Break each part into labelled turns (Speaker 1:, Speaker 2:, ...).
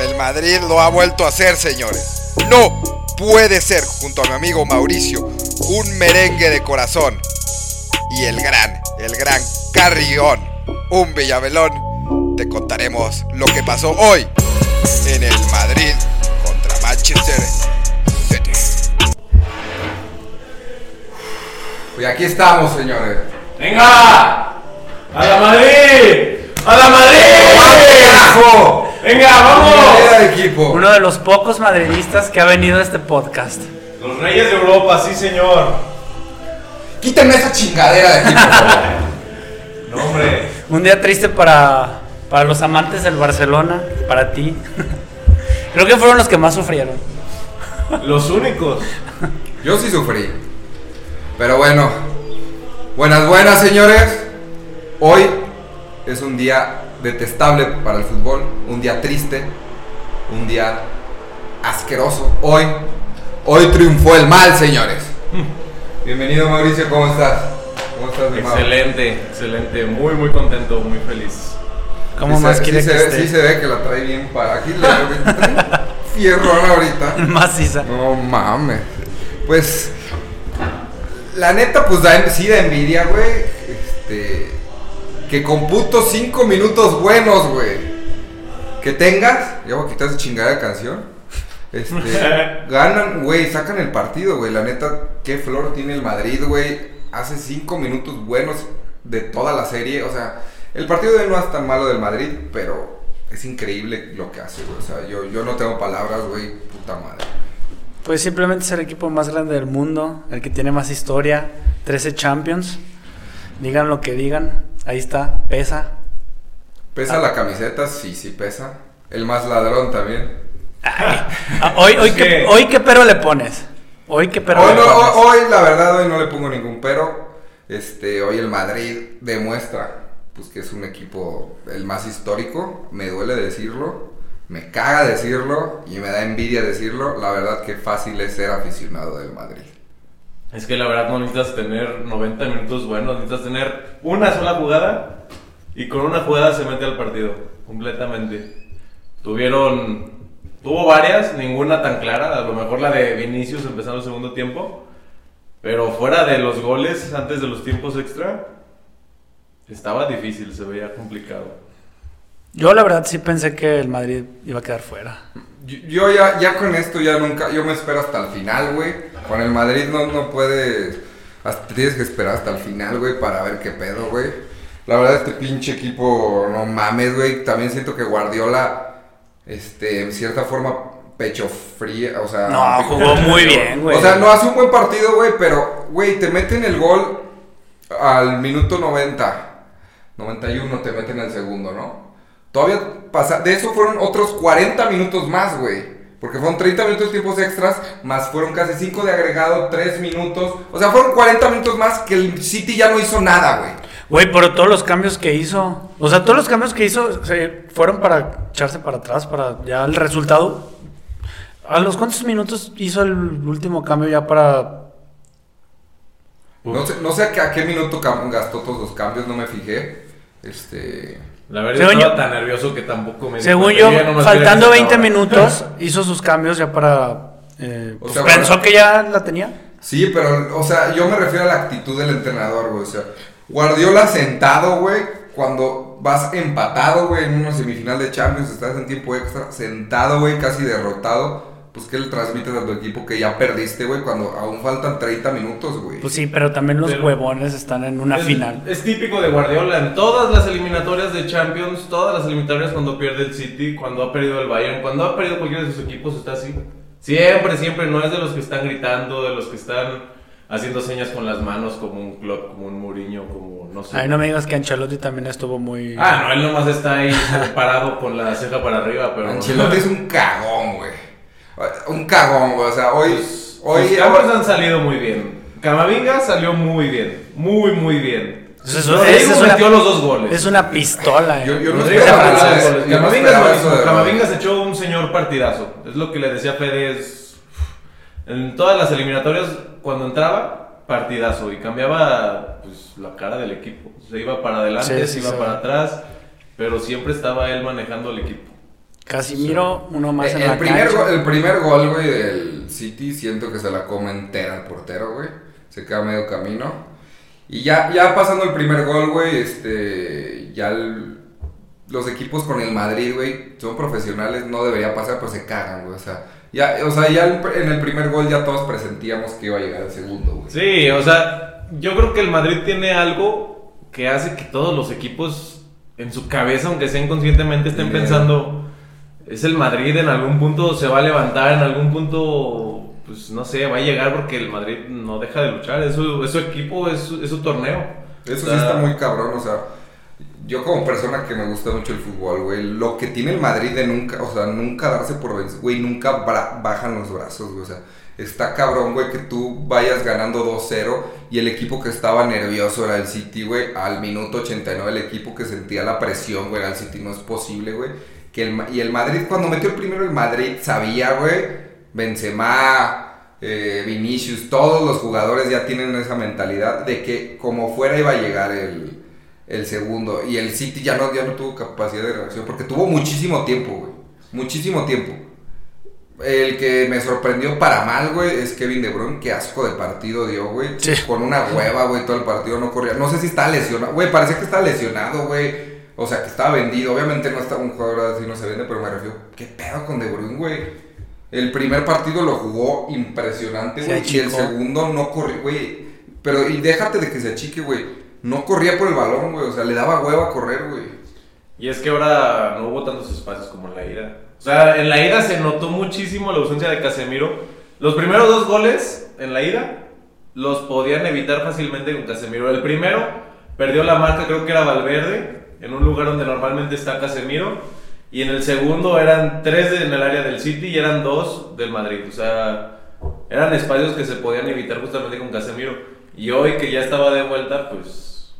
Speaker 1: El Madrid lo ha vuelto a hacer, señores. No puede ser, junto a mi amigo Mauricio, un merengue de corazón. Y el gran, el gran Carrión, un Villamelón. Te contaremos lo que pasó hoy en el Madrid contra Manchester City. Y Pues aquí estamos, señores.
Speaker 2: ¡Venga! ¡A la Madrid! ¡A la Madrid!
Speaker 1: ¡Carajo!
Speaker 2: ¡Venga, vamos!
Speaker 1: ¡Fuera de equipo!
Speaker 3: Uno de los pocos madridistas que ha venido a este podcast.
Speaker 2: Los reyes de Europa, sí señor.
Speaker 1: Quítame esa chingadera de aquí, por favor.
Speaker 2: No, hombre.
Speaker 3: Un día triste para, para los amantes del Barcelona, para ti. Creo que fueron los que más sufrieron.
Speaker 2: Los únicos.
Speaker 1: Yo sí sufrí. Pero bueno. Buenas, buenas, señores. Hoy es un día detestable para el fútbol. Un día triste. Un día asqueroso. Hoy. Hoy triunfó el mal, señores. Bienvenido, Mauricio. ¿Cómo estás? ¿Cómo estás, mi Mau?
Speaker 2: Excelente, excelente. Muy, muy contento, muy feliz.
Speaker 3: ¿Cómo
Speaker 1: Sí
Speaker 3: más
Speaker 1: se,
Speaker 3: quiere
Speaker 1: sí
Speaker 3: que
Speaker 1: se ve,
Speaker 3: esté?
Speaker 1: sí se ve que la trae bien para aquí. Le trae fierrona ahorita.
Speaker 3: Maciza.
Speaker 1: No mames. Pues. La neta, pues da, sí da envidia, güey. Este. Que con putos 5 minutos buenos, güey. Que tengas. Ya voy a quitar esa chingada de canción. Este. ganan, güey. Sacan el partido, güey. La neta, qué flor tiene el Madrid, güey. Hace 5 minutos buenos de toda la serie. O sea, el partido de hoy no es tan malo del Madrid, pero. Es increíble lo que hace, güey. O sea, yo, yo no tengo palabras, güey. Puta madre.
Speaker 3: Pues simplemente es el equipo más grande del mundo, el que tiene más historia, 13 Champions. Digan lo que digan, ahí está, pesa.
Speaker 1: ¿Pesa la camiseta? Sí, sí pesa. El más ladrón también.
Speaker 3: Ah, hoy, hoy,
Speaker 2: Es
Speaker 3: qué,
Speaker 2: que-
Speaker 3: hoy qué pero le pones. Hoy qué pero
Speaker 1: hoy,
Speaker 3: le
Speaker 1: no-
Speaker 3: pones.
Speaker 1: hoy- hoy, la verdad, hoy no le pongo ningún pero. Este, hoy el Madrid demuestra pues, que es un equipo el más histórico. Me duele decirlo, me caga decirlo y me da envidia decirlo. La verdad que fácil es ser aficionado del Madrid.
Speaker 2: Es que la verdad no necesitas tener 90 minutos buenos, necesitas tener una sola jugada y con una jugada se mete al partido, completamente. Tuvieron... Tuvo varias, ninguna tan clara, a lo mejor la de Vinicius empezando el segundo tiempo, pero fuera de los goles antes de los tiempos extra, estaba difícil, se veía complicado.
Speaker 3: Yo la verdad sí pensé que el Madrid iba a quedar fuera.
Speaker 1: Yo, yo ya, ya con esto ya nunca, yo me espero hasta el final, güey. Con el Madrid no, no puede, hasta, tienes que esperar hasta el final, güey, para ver qué pedo, güey. La verdad este pinche equipo, no mames, güey. También siento que Guardiola, este, en cierta forma, pecho fría, o sea...
Speaker 3: No, jugó muy bien, güey.
Speaker 1: Ah. O sea, no hace un buen partido, güey, pero, güey, te meten el gol al minuto 90. 91 te meten el segundo, ¿no? Todavía pasa... De eso fueron otros 40 minutos más, güey. Porque fueron 30 minutos tiempos extras, más fueron casi 5 de agregado, 3 minutos. O sea, fueron 40 minutos más que el City ya no hizo nada, güey.
Speaker 3: Güey, pero todos los cambios que hizo. O sea, todos los cambios que hizo se fueron para echarse para atrás, para ya el resultado. ¿A los cuántos minutos hizo el último cambio ya para.
Speaker 1: No sé, no sé a, qué, a qué minuto cam- gastó todos los cambios, no me fijé. Este...
Speaker 2: La verdad
Speaker 3: Según
Speaker 2: estaba
Speaker 3: yo-
Speaker 2: tan nervioso que tampoco
Speaker 1: Pues,
Speaker 2: me di
Speaker 3: Según
Speaker 2: cuenta.
Speaker 3: yo,
Speaker 2: ya nomás
Speaker 3: faltando
Speaker 2: quería que se
Speaker 3: 20
Speaker 2: acabara.
Speaker 3: minutos, hizo sus cambios ya para. eh,
Speaker 1: O
Speaker 3: pues,
Speaker 1: sea,
Speaker 3: pensó
Speaker 1: bueno.
Speaker 3: que ya la tenía.
Speaker 1: Sí, pero, o sea, yo me refiero a la actitud del entrenador, güey. O sea, Guardiola sentado, güey, cuando vas empatado, güey, en una semifinal de Champions, estás en tiempo extra, sentado, güey, casi derrotado. Pues, ¿qué le transmites a tu equipo que ya perdiste, güey, cuando aún faltan 30 minutos, güey?
Speaker 3: Pues sí, pero también los
Speaker 2: Pero-
Speaker 3: huevones están en una
Speaker 2: es,
Speaker 3: final.
Speaker 2: Es típico de Guardiola. En todas las eliminatorias de Champions, todas las eliminatorias cuando pierde el City, cuando ha perdido el Bayern, cuando ha perdido cualquiera de sus equipos, está así. Siempre, siempre. No es de los que están gritando, de los que están haciendo señas con las manos, como un Klopp, como un Mourinho, como no sé.
Speaker 3: Ay, no me digas que Ancelotti también estuvo muy.
Speaker 2: Ah, no, él nomás está ahí parado con la ceja para arriba, pero.
Speaker 1: Ancelotti es un cagón, güey. Un cagón, güey. O sea, hoy.
Speaker 3: Pues,
Speaker 2: Sus-
Speaker 1: hoy
Speaker 2: sus cambios han salido muy bien. Camavinga salió muy bien, muy muy bien.
Speaker 3: Eso es-
Speaker 2: Rodrigo
Speaker 3: eso es una-
Speaker 2: metió los dos goles.
Speaker 3: Es una pistola, eh.
Speaker 1: Yo- yo no
Speaker 2: Rodrigo
Speaker 1: esperaba
Speaker 2: metió los
Speaker 1: nada
Speaker 2: dos
Speaker 1: de-
Speaker 2: goles.
Speaker 1: yo no
Speaker 2: Camavinga
Speaker 1: esperaba
Speaker 2: es
Speaker 1: eso
Speaker 2: buenísimo.
Speaker 1: de Rodrigo.
Speaker 2: Camavinga se echó un señor partidazo. Es lo que le decía Fede. es- En todas las eliminatorias, cuando entraba, partidazo. Y cambiaba pues, la cara del equipo. Se iba para adelante,
Speaker 3: Sí, sí,
Speaker 2: se iba
Speaker 3: sí.
Speaker 2: para atrás. Pero siempre estaba él manejando el equipo.
Speaker 3: Casimiro, uno más
Speaker 1: Eh,
Speaker 3: en
Speaker 1: el,
Speaker 3: la
Speaker 1: primer
Speaker 3: cancha.
Speaker 1: go- el primer gol, güey, del City, siento que se la come entera el portero, güey. Se queda medio camino. Y ya, ya pasando el primer gol, güey, este. Ya el- los equipos con el Madrid, güey, son profesionales, no debería pasar, pero se cagan, güey. O sea, ya, o sea, ya el- en el primer gol ya todos presentíamos que iba a llegar el segundo, güey.
Speaker 2: Sí, o sea, yo creo que el Madrid tiene algo que hace que todos los equipos en su cabeza, aunque sea inconscientemente, estén
Speaker 1: Bien.
Speaker 2: pensando, es el Madrid, en algún punto se va a levantar, en algún punto, pues no sé, va a llegar porque el Madrid no deja de luchar, es su, es su equipo, es su, es su torneo.
Speaker 1: Eso
Speaker 2: O
Speaker 1: sí
Speaker 2: sea,
Speaker 1: está muy cabrón, o sea, yo como persona que me gusta mucho el fútbol, güey, lo que tiene el Madrid de nunca, o sea, nunca darse por vencido, güey, nunca bra- bajan los brazos, güey, o sea, está cabrón, güey, que tú vayas ganando 2-0 y el equipo que estaba nervioso era el City, güey, al minuto 89 el equipo que sentía la presión, güey, al City no es posible, güey, que el, Ma- y el Madrid, cuando metió el primero el Madrid, sabía, güey, Benzema, eh, Vinicius, todos los jugadores ya tienen esa mentalidad de que como fuera iba a llegar el, el segundo. Y el City ya no, ya no tuvo capacidad de reacción porque tuvo muchísimo tiempo, güey. Muchísimo tiempo. El que me sorprendió para mal, güey, es Kevin De Bruyne. Qué asco de partido dio, güey.
Speaker 3: Sí.
Speaker 1: Con una hueva, güey, todo el partido no corría. No sé si está lesionado. Güey, parecía que está lesionado, güey. O sea, que estaba vendido. Obviamente no está un jugador así, no se vende, pero me refiero. ¿Qué pedo con De Bruyne, güey? El primer partido lo jugó impresionante,
Speaker 3: Se
Speaker 1: güey. Y el
Speaker 3: achicó.
Speaker 1: segundo no corrió, güey. Pero y déjate de que se achique, güey. No corría por el balón, güey. O sea, le daba hueva correr, güey.
Speaker 2: Y es que ahora no hubo tantos espacios como en la ida. O sea, en la ida se notó muchísimo la ausencia de Casemiro. Los primeros dos goles en la ida los podían evitar fácilmente con Casemiro. El primero perdió la marca, creo que era Valverde, en un lugar donde normalmente está Casemiro. Y en el segundo eran tres de- en el área del City y eran dos del Madrid. O sea, eran espacios que se podían evitar justamente con Casemiro. Y hoy que ya estaba de vuelta, pues,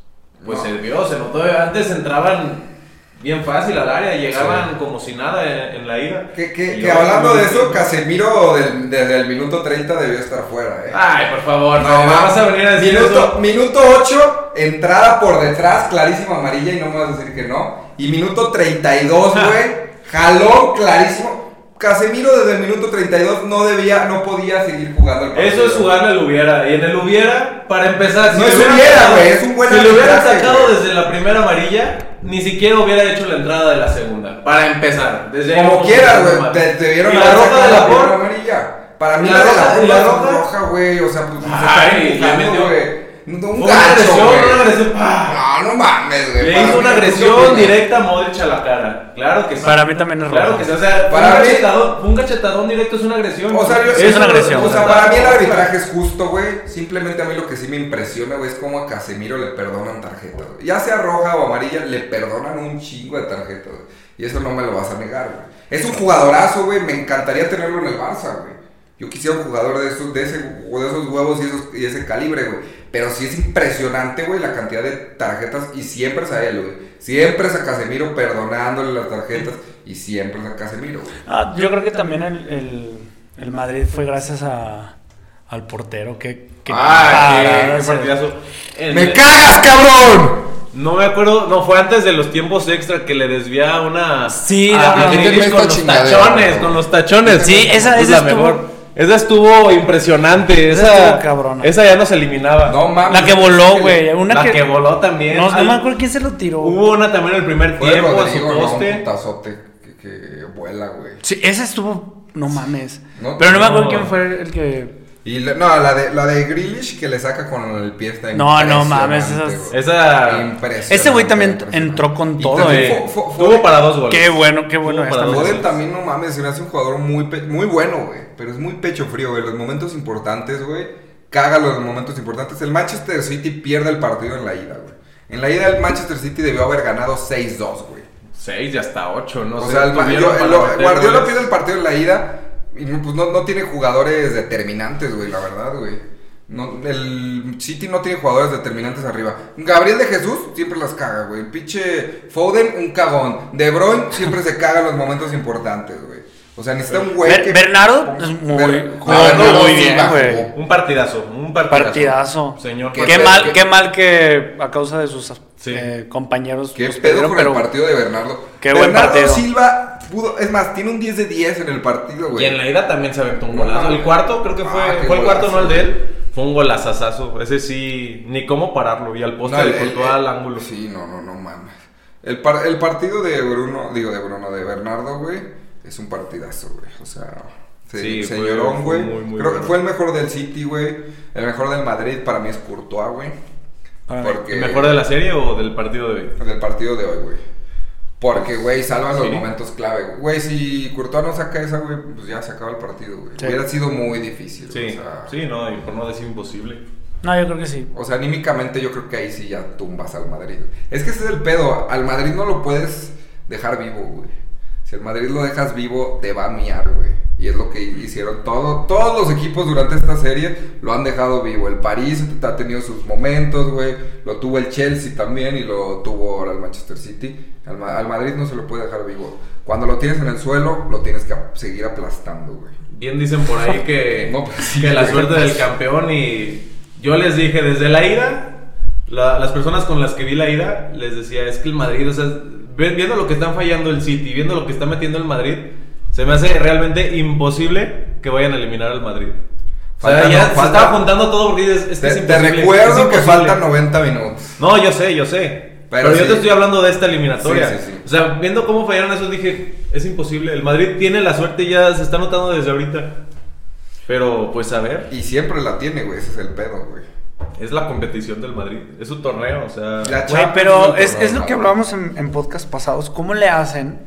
Speaker 2: pues
Speaker 1: No.
Speaker 2: se vio, se notó. Antes entraban bien fácil al área, llegaban como si nada en, en la ida.
Speaker 1: Que, que,
Speaker 2: Y
Speaker 1: que
Speaker 2: hoy
Speaker 1: hablando
Speaker 2: no-
Speaker 1: de eso, Casemiro del- desde el minuto 30 debió estar fuera, eh.
Speaker 2: Ay, por favor, no,
Speaker 1: mames.
Speaker 2: vas a venir a decir
Speaker 1: minuto,
Speaker 2: eso.
Speaker 1: minuto 8, entrada por detrás, clarísima amarilla y no me vas a decir que no. Y minuto 32,
Speaker 2: Ah.
Speaker 1: güey, jalón clarísimo. Casemiro desde el minuto 32 no debía, no podía seguir jugando el partido.
Speaker 2: Eso es jugarle al hubiera. Y en el hubiera, para empezar,
Speaker 1: No
Speaker 2: le
Speaker 1: es
Speaker 2: hubieran
Speaker 1: hubiera,
Speaker 2: sacado-
Speaker 1: güey, es un buen
Speaker 2: Si lo hubieran
Speaker 1: arbitraje,
Speaker 2: sacado
Speaker 1: güey.
Speaker 2: desde la primera amarilla, ni siquiera hubiera hecho la entrada de la segunda. Para empezar, desde ahí
Speaker 1: Como
Speaker 2: vamos
Speaker 1: quieras,
Speaker 2: a
Speaker 1: güey.
Speaker 2: mal.
Speaker 1: Te, te vieron
Speaker 2: Y la roja de la
Speaker 1: primera
Speaker 2: por.
Speaker 1: amarilla. Para mí
Speaker 2: ¿Y la
Speaker 1: la de
Speaker 2: roja-
Speaker 1: la
Speaker 2: y la
Speaker 1: pulga
Speaker 2: roja?
Speaker 1: roja, roja, güey. O sea, pues se
Speaker 2: Ay,
Speaker 1: están
Speaker 2: ya
Speaker 1: empujando,
Speaker 2: metió.
Speaker 1: güey. No, Un
Speaker 2: Fue una
Speaker 1: gancho,
Speaker 2: agresión,
Speaker 1: güey.
Speaker 2: una agresión. ¡Ah!
Speaker 1: No, no mames, güey.
Speaker 2: Le
Speaker 1: Para
Speaker 2: hizo
Speaker 1: mí
Speaker 2: una
Speaker 1: no
Speaker 2: agresión
Speaker 1: funciona.
Speaker 2: directa a Modric a la cara. Claro que sí.
Speaker 3: Para mí también es
Speaker 2: Claro
Speaker 3: roja.
Speaker 2: que sí. O sea,
Speaker 1: Para
Speaker 2: un,
Speaker 1: mí-
Speaker 2: gachetadón, un gachetadón directo es una agresión.
Speaker 1: O sea, yo-
Speaker 3: Es una agresión.
Speaker 1: O sea, para mí el arbitraje es justo, güey. Simplemente a mí lo que sí me impresiona, güey, es cómo a Casemiro le perdonan tarjetas. güey. Ya sea roja o amarilla, le perdonan un chingo de tarjetas. güey. Y eso no me lo vas a negar, güey. Es un jugadorazo, güey. Me encantaría tenerlo en el Barça, güey. Yo quisiera un jugador de esos, de ese, o de esos huevos y, esos- y ese calibre, güey. Pero sí es impresionante, güey, la cantidad de tarjetas. Y siempre es a él, güey. Siempre es a Casemiro perdonándole las tarjetas. Y siempre es a Casemiro, güey.
Speaker 3: Ah, yo creo que también el, el- el Madrid fue gracias a, al portero. Que, que
Speaker 1: Ah,
Speaker 2: Ah,
Speaker 3: parada
Speaker 2: qué
Speaker 3: se-
Speaker 2: partidazo. En-
Speaker 1: ¡Me cagas, cabrón!
Speaker 2: No me acuerdo, no, fue antes de los tiempos extra que le desvía una.
Speaker 3: Sí,
Speaker 2: a
Speaker 3: no, no,
Speaker 2: Vinicius
Speaker 1: quítenme esta
Speaker 2: con los
Speaker 1: chingadera.
Speaker 2: tachones, con los tachones. Pues
Speaker 3: Sí, esa- esa
Speaker 2: la
Speaker 3: estuvo-
Speaker 2: mejor. Esa estuvo impresionante.
Speaker 3: Esa
Speaker 2: Esa,
Speaker 3: estuvo cabrona.
Speaker 2: esa ya no se eliminaba.
Speaker 1: No mames.
Speaker 3: La que voló, güey. Una
Speaker 2: la que...
Speaker 3: que,
Speaker 2: voló también.
Speaker 3: No, no
Speaker 2: Al-
Speaker 3: me acuerdo quién se lo tiró.
Speaker 2: Hubo una también en el primer
Speaker 1: Fue
Speaker 2: tiempo a su
Speaker 1: Rodrigo, ¿no? Un
Speaker 2: poste.
Speaker 1: putazote que, que vuela, güey.
Speaker 3: Sí, esa estuvo. No mames.
Speaker 1: No,
Speaker 3: Pero no me acuerdo
Speaker 2: no.
Speaker 3: quién fue el que.
Speaker 1: Y la- no, la de, la de Grealish que le saca con el pie está
Speaker 3: No, no
Speaker 1: impresionante,
Speaker 3: mames, esas-
Speaker 1: güey.
Speaker 2: Esa
Speaker 1: Impresionante,
Speaker 3: Ese güey también
Speaker 1: impresionante.
Speaker 3: entró con
Speaker 1: Y
Speaker 3: todo,
Speaker 1: también
Speaker 3: eh.
Speaker 1: Fo- Fo-
Speaker 2: tuvo
Speaker 1: Foden-
Speaker 2: para dos goles.
Speaker 3: Qué bueno, qué bueno
Speaker 2: Tuvo
Speaker 3: es
Speaker 2: para dos
Speaker 3: también.
Speaker 1: Foden
Speaker 2: goles.
Speaker 1: también, no mames, se me hace un jugador muy, pe- muy bueno, güey. Pero es muy pecho frío, güey. Los momentos importantes, güey. Cágalo en los momentos importantes. El Manchester City pierde el partido en la ida, güey. En la ida el Manchester City debió haber ganado 6-2, güey.
Speaker 2: Seis y hasta ocho, no
Speaker 1: o
Speaker 2: sé.
Speaker 1: sea, el,
Speaker 2: tuvieron
Speaker 1: yo-
Speaker 2: para
Speaker 1: lo-
Speaker 2: meter
Speaker 1: Guardiola
Speaker 2: goles.
Speaker 1: pierde el partido en la ida y no, pues no, no tiene jugadores determinantes, güey, la verdad, güey. No, el City no tiene jugadores determinantes arriba. Gabriel de Jesús siempre las caga, güey. Pinche Foden, un cagón. De Bruyne siempre se caga en los momentos importantes, güey. O sea, necesita un güey
Speaker 3: Ber-
Speaker 1: que...
Speaker 3: Bernardo es muy,
Speaker 1: Ber-
Speaker 3: jugó
Speaker 1: Ah, Bernardo
Speaker 3: muy
Speaker 1: sí
Speaker 3: bien,
Speaker 1: la
Speaker 3: güey.
Speaker 1: jugó.
Speaker 2: Un partidazo, un partidazo.
Speaker 3: Partidazo.
Speaker 2: Señor.
Speaker 1: Qué
Speaker 3: Qué,
Speaker 1: pedo,
Speaker 3: mal,
Speaker 1: qué-
Speaker 3: qué... mal que a causa de sus
Speaker 2: Sí.
Speaker 3: eh, compañeros
Speaker 1: ¿Qué
Speaker 3: los
Speaker 1: pedo
Speaker 3: perdieron,
Speaker 1: con el
Speaker 3: pero
Speaker 1: partido de Bernardo?
Speaker 3: Qué buen
Speaker 1: Bernardo
Speaker 3: partido.
Speaker 1: Silva pudo. Es más, tiene un 10 de 10 en el partido,
Speaker 2: Y
Speaker 1: güey.
Speaker 2: en la ida también se aventó un
Speaker 1: No,
Speaker 2: golazo.
Speaker 1: mames.
Speaker 2: El cuarto, creo que
Speaker 1: Ah,
Speaker 2: fue.
Speaker 1: qué
Speaker 2: fue el cuarto, no
Speaker 1: golazo.
Speaker 2: el de él. Fue un golazazazo. Ese sí, ni cómo pararlo. Y al poste
Speaker 1: No,
Speaker 2: le
Speaker 1: el-
Speaker 2: cortó
Speaker 1: el-
Speaker 2: al ángulo.
Speaker 1: Sí, no, no, no mames. El, par- el partido de Bruno, digo de Bruno, de Bernardo, güey, es un partidazo, güey. O sea, se,
Speaker 2: Sí,
Speaker 1: se
Speaker 2: fue-
Speaker 1: llorón,
Speaker 2: fue
Speaker 1: güey.
Speaker 2: muy, muy
Speaker 1: Creo que
Speaker 2: bueno.
Speaker 1: fue el mejor del City, güey. El mejor del Madrid para mí es Courtois, güey.
Speaker 3: Para mí,
Speaker 1: Porque
Speaker 2: ¿El mejor de la serie o del partido de hoy?
Speaker 1: del partido de hoy, güey. Porque, güey, salvan los
Speaker 2: Sí.
Speaker 1: momentos clave. güey. Güey, si Courtois no saca esa, güey, pues ya se acaba el partido, güey.
Speaker 3: Sí.
Speaker 1: Hubiera sido muy difícil.
Speaker 2: Sí,
Speaker 1: o sea,
Speaker 2: sí, no, y por no decir imposible.
Speaker 3: No, yo creo que sí.
Speaker 1: O sea, anímicamente yo creo que ahí sí ya tumbas al Madrid. Es que ese es el pedo. Al Madrid no lo puedes dejar vivo, güey. Si al Madrid lo dejas vivo, te va a miar, güey. Y es lo que hicieron todo, todos los equipos durante esta serie. Lo han dejado vivo. El París ha tenido sus momentos, güey. Lo tuvo el Chelsea también y lo tuvo ahora el Manchester City. Al, Ma- al Madrid no se lo puede dejar vivo. Cuando lo tienes en el suelo, lo tienes que ap- seguir aplastando, güey.
Speaker 2: Bien dicen por ahí que,
Speaker 1: No, pues sí,
Speaker 2: que la
Speaker 1: güey.
Speaker 2: suerte del campeón y yo les dije desde la ida, la- las personas con las que vi la ida, les decía, es que el Madrid, o sea, ve- viendo lo que están fallando el City, viendo lo que está metiendo el Madrid, se me hace realmente imposible que vayan a eliminar al Madrid. O sea,
Speaker 1: Faltan-
Speaker 2: ya se
Speaker 1: faltan-
Speaker 2: estaba juntando todo porque dices, es
Speaker 1: Te,
Speaker 2: que es
Speaker 1: te
Speaker 2: imposible, es
Speaker 1: recuerdo que
Speaker 2: imposible.
Speaker 1: faltan 90 minutos.
Speaker 2: No, yo sé, yo sé.
Speaker 1: Pero
Speaker 2: Pero, yo
Speaker 1: sí.
Speaker 2: te estoy hablando de esta eliminatoria.
Speaker 1: Sí, sí, sí.
Speaker 2: O sea, viendo cómo fallaron eso, dije, es imposible. El Madrid tiene la suerte, ya se está notando desde ahorita. Pero, pues a ver,
Speaker 1: Y siempre la tiene, güey. Ese es el pedo, güey.
Speaker 2: es la competición del Madrid. Es su torneo, o sea.
Speaker 1: La
Speaker 3: Güey,
Speaker 1: Champions
Speaker 3: pero
Speaker 1: League,
Speaker 3: es,
Speaker 1: cabrón,
Speaker 3: es lo que
Speaker 1: cabrón.
Speaker 3: hablábamos en, en podcast pasados. ¿Cómo le hacen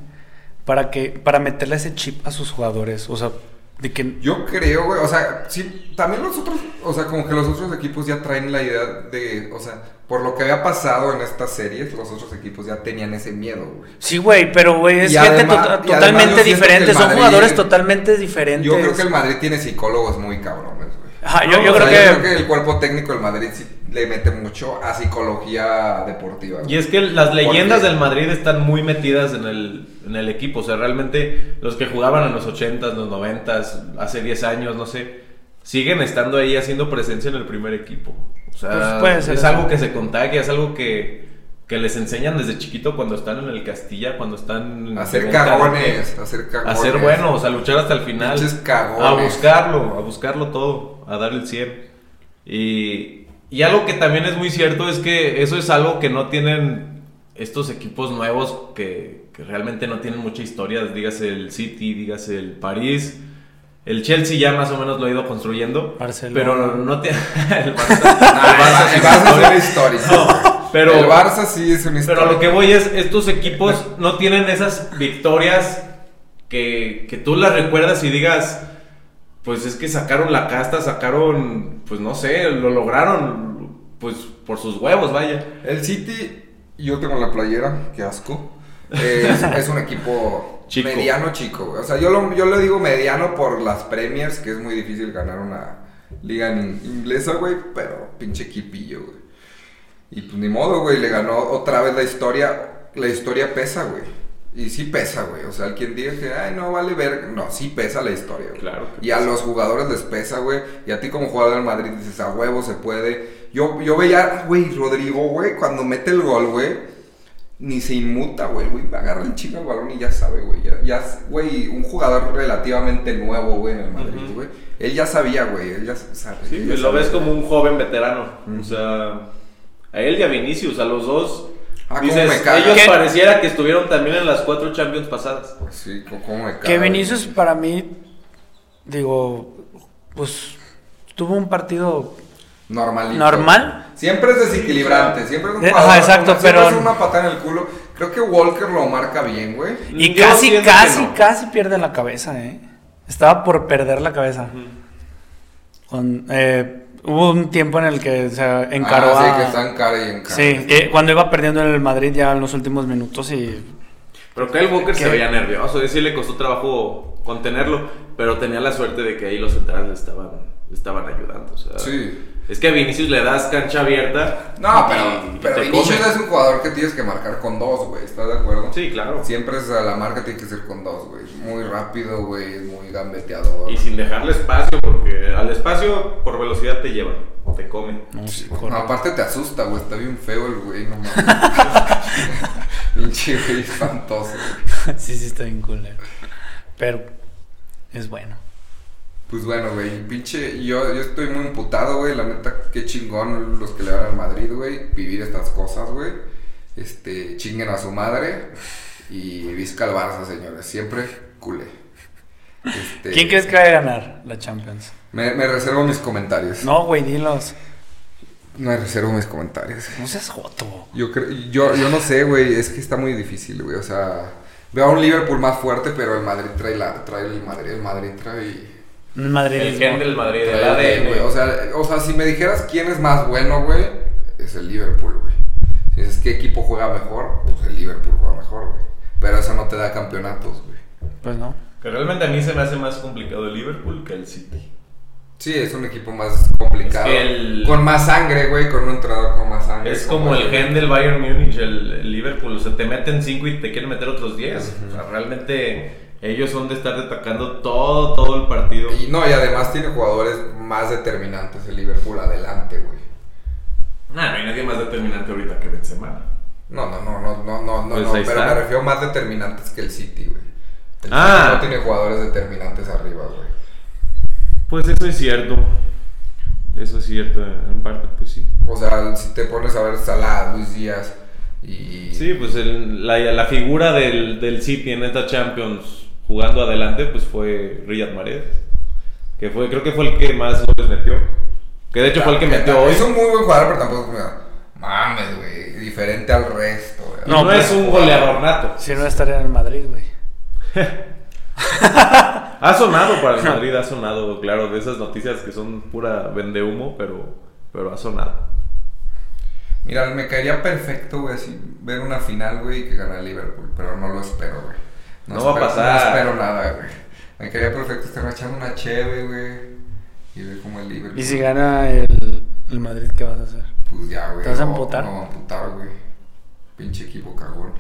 Speaker 3: para que para meterle ese chip a sus jugadores? O sea, de que
Speaker 1: Yo creo, güey, o sea, sí, también los otros, o sea, como que los otros equipos ya traen la idea de, o sea, por lo que había pasado en estas series, los otros equipos ya tenían ese miedo, güey.
Speaker 3: Sí, güey, pero güey, es
Speaker 1: Y
Speaker 3: gente
Speaker 1: además-
Speaker 3: tota-
Speaker 1: y además yo
Speaker 3: totalmente
Speaker 1: siento que
Speaker 3: diferente,
Speaker 1: el
Speaker 3: son
Speaker 1: Madrid-
Speaker 3: jugadores totalmente diferentes.
Speaker 1: Yo creo que el Madrid tiene psicólogos muy cabrones, güey.
Speaker 3: Ajá, yo-
Speaker 1: O
Speaker 3: yo
Speaker 1: sea,
Speaker 3: creo que-
Speaker 1: yo creo que el cuerpo técnico del Madrid sí le mete mucho a psicología deportiva. güey.
Speaker 2: Y es que las leyendas
Speaker 1: Porque-
Speaker 2: del Madrid están muy metidas en el, en el equipo. O sea, realmente los que jugaban en los 80s, los 90s, hace 10 años, no sé, siguen estando ahí haciendo presencia en el primer equipo. O sea,
Speaker 3: Pues puede ser
Speaker 2: es
Speaker 3: eso.
Speaker 2: algo que se contagia, es algo que, que les enseñan desde chiquito cuando están en el Castilla, cuando están... en-
Speaker 1: Hacer
Speaker 2: en el-
Speaker 1: cagones, hacer
Speaker 2: A
Speaker 1: cagones.
Speaker 2: ser buenos, a luchar hasta el final.
Speaker 1: Pinches cagones.
Speaker 2: A buscarlo, a buscarlo todo, a dar el 100. Y, y algo que también es muy cierto es que eso es algo que no tienen estos equipos nuevos que, que realmente no tienen mucha historia. Dígase el City, dígase el París. El Chelsea ya más o menos lo ha ido construyendo.
Speaker 3: Barcelona.
Speaker 2: Pero no tiene. el Barça.
Speaker 1: Ah, el Barça- el Barça es una historia.
Speaker 2: pero-
Speaker 1: el Barça sí es una historia.
Speaker 2: Pero a lo que voy es, estos equipos no tienen esas victorias que, que tú las recuerdas y digas, pues es que sacaron la casta, sacaron, pues no sé, lo lograron, pues por sus huevos, vaya.
Speaker 1: El City, yo tengo la playera, qué asco. Es, es un equipo
Speaker 2: Chico.
Speaker 1: mediano chico. güey. O sea, yo lo, yo lo digo mediano por las Premiers, que es muy difícil ganar una liga en inglesa, güey, pero pinche equipillo, güey. Y pues ni modo, güey, le ganó otra vez la historia. La historia pesa, güey. Y sí pesa, güey. O sea, quien diga que, ay, no, vale ver. No, sí pesa la historia, güey.
Speaker 2: Claro que
Speaker 1: Y a los jugadores les pesa, güey. Y a ti como jugador del Madrid dices, a huevo se puede. Yo, yo veía, "Ah, güey, Rodrigo, güey, cuando mete el gol, güey. Ni se inmuta, güey, güey. Agarra el chingo al balón y ya sabe, güey. Ya, ya, güey, un jugador relativamente nuevo, güey, en el Madrid,
Speaker 2: Ujú.
Speaker 1: güey. Él ya sabía, güey. Él ya sabe. él ya
Speaker 2: lo
Speaker 1: sabe.
Speaker 2: ves como un joven veterano. O sea, a él y a Vinicius, a los dos.
Speaker 1: Ah, cómo
Speaker 2: dices,
Speaker 1: me caga.
Speaker 2: ellos
Speaker 1: ¿Qué?
Speaker 2: pareciera que estuvieron también en las cuatro Champions pasadas.
Speaker 1: Pues sí, cómo me
Speaker 3: que
Speaker 1: caga,
Speaker 3: Vinicius
Speaker 1: güey.
Speaker 3: para mí digo, pues tuvo un partido
Speaker 1: Normalito.
Speaker 3: normal.
Speaker 1: Siempre es desequilibrante, siempre es un
Speaker 3: Eh,
Speaker 1: jugador-
Speaker 3: ajá, exacto,
Speaker 1: siempre
Speaker 3: pero-
Speaker 1: es una patada en el culo. Creo que Walker lo marca bien, güey.
Speaker 3: Y
Speaker 2: Yo
Speaker 3: casi,
Speaker 2: siento que
Speaker 3: casi,
Speaker 2: no.
Speaker 3: casi pierde la cabeza, eh. Estaba por perder la cabeza. Con, eh, hubo un tiempo en el que se encaró
Speaker 1: Ah,
Speaker 3: a-
Speaker 1: sí, que está en cara y en cara.
Speaker 3: Sí, que cuando iba perdiendo en el Madrid ya en los últimos minutos y
Speaker 2: Pero Kyle Walker se
Speaker 3: ¿Qué?
Speaker 2: veía nervioso, y sí le costó trabajo contenerlo, pero tenía la suerte de que ahí los centrales le estaban, le estaban ayudando. o sea,
Speaker 1: Sí.
Speaker 2: Es que a Vinicius le das cancha abierta.
Speaker 1: No,
Speaker 2: y- y
Speaker 1: pero, pero
Speaker 2: te
Speaker 1: Vinicius
Speaker 2: come.
Speaker 1: es un jugador que tienes que marcar con dos, güey. ¿Estás de acuerdo?
Speaker 2: Sí, claro.
Speaker 1: Siempre es a la marca tiene que ser con dos, güey. Es Muy rápido, güey. es Muy gambeteador.
Speaker 2: Y sin dejarle espacio, porque al espacio por velocidad te llevan, te come.
Speaker 3: no, sí,
Speaker 1: No,
Speaker 3: correcto.
Speaker 1: aparte te asusta, güey. Está bien feo el güey, no mames. Pinche güey espantoso.
Speaker 3: sí, sí, está bien culero. Pero es bueno.
Speaker 1: Pues bueno, güey, pinche, yo, yo estoy muy emputado, güey, la neta, qué chingón los que le van al Madrid, güey, vivir estas cosas, güey, este, chinguen a su madre y visca al Barça, señores, siempre culé. Este,
Speaker 3: ¿Quién crees que va a ganar la Champions?
Speaker 1: Me, me reservo mis comentarios.
Speaker 3: No, güey, dilos.
Speaker 1: Me reservo mis comentarios.
Speaker 3: No seas joto.
Speaker 1: Yo, creo, yo, yo no sé, güey, es que está muy difícil, güey, o sea, veo a un Liverpool más fuerte, pero el Madrid trae, la, trae el Madrid, el Madrid trae...
Speaker 3: El
Speaker 2: El
Speaker 3: madridismo.
Speaker 2: gen del Madrid, el
Speaker 1: Trae, güey, O
Speaker 2: ADN.
Speaker 1: sea, o sea, si me dijeras quién es más bueno, güey, es el Liverpool, güey. Si dices qué equipo juega mejor, pues el Liverpool juega mejor, güey. Pero eso no te da campeonatos, güey.
Speaker 3: Pues no.
Speaker 2: Que realmente a mí se me hace más complicado el Liverpool que el City.
Speaker 1: Sí, es un equipo más complicado.
Speaker 2: Es que el-
Speaker 1: Con más sangre, güey, con un entrenador con más sangre.
Speaker 2: Es
Speaker 1: con
Speaker 2: como
Speaker 1: más-
Speaker 2: el gen del Bayern Múnich, el, el Liverpool. O sea, te meten 5 y te quieren meter otros 10. O sea, realmente ellos son de estar atacando todo, todo el partido.
Speaker 1: Y no, y además tiene jugadores más determinantes el Liverpool adelante, güey.
Speaker 2: Nah, no hay nadie más determinante ahorita que Benzema.
Speaker 1: No, no, no, no, no, no, no,
Speaker 2: Pues
Speaker 1: no,
Speaker 2: ahí
Speaker 1: pero
Speaker 2: está.
Speaker 1: me refiero más determinantes que el City, güey. El
Speaker 2: Ah.
Speaker 1: City no tiene jugadores determinantes arriba, güey.
Speaker 2: Pues eso es cierto. Eso es cierto, en parte, pues sí.
Speaker 1: O sea, si te pones a ver Salah, Luis Díaz y...
Speaker 2: Sí, pues el- la, la figura del, del City en esta Champions jugando adelante, pues fue Riyad Mahrez. Que fue, creo que fue el que más goles metió. Que de hecho fue el que metió hoy.
Speaker 1: Es un muy buen jugador, pero tampoco es como... Mames, güey. Diferente al resto, güey.
Speaker 2: No,
Speaker 3: No,
Speaker 2: no
Speaker 3: pues-
Speaker 2: es un goleador nato.
Speaker 3: Si no estaría en el Madrid, güey.
Speaker 2: Ha sonado para el Madrid, ha sonado, claro, de esas noticias que son pura vende humo, pero, pero ha sonado.
Speaker 1: Mira, me caería perfecto, güey, así ver una final, güey, y que gana el Liverpool. Pero no lo espero, güey.
Speaker 2: No va a
Speaker 1: espero-
Speaker 2: pasar.
Speaker 1: No espero nada, güey. Me caería perfecto estar echando una cheve, güey. Y ver como el Liverpool.
Speaker 3: Y si gana el, el Madrid, ¿qué vas a hacer?
Speaker 1: Pues ya, güey.
Speaker 3: ¿Te vas a
Speaker 1: no,
Speaker 3: emputar?
Speaker 1: No, amputar, güey. Pinche equipo cagón.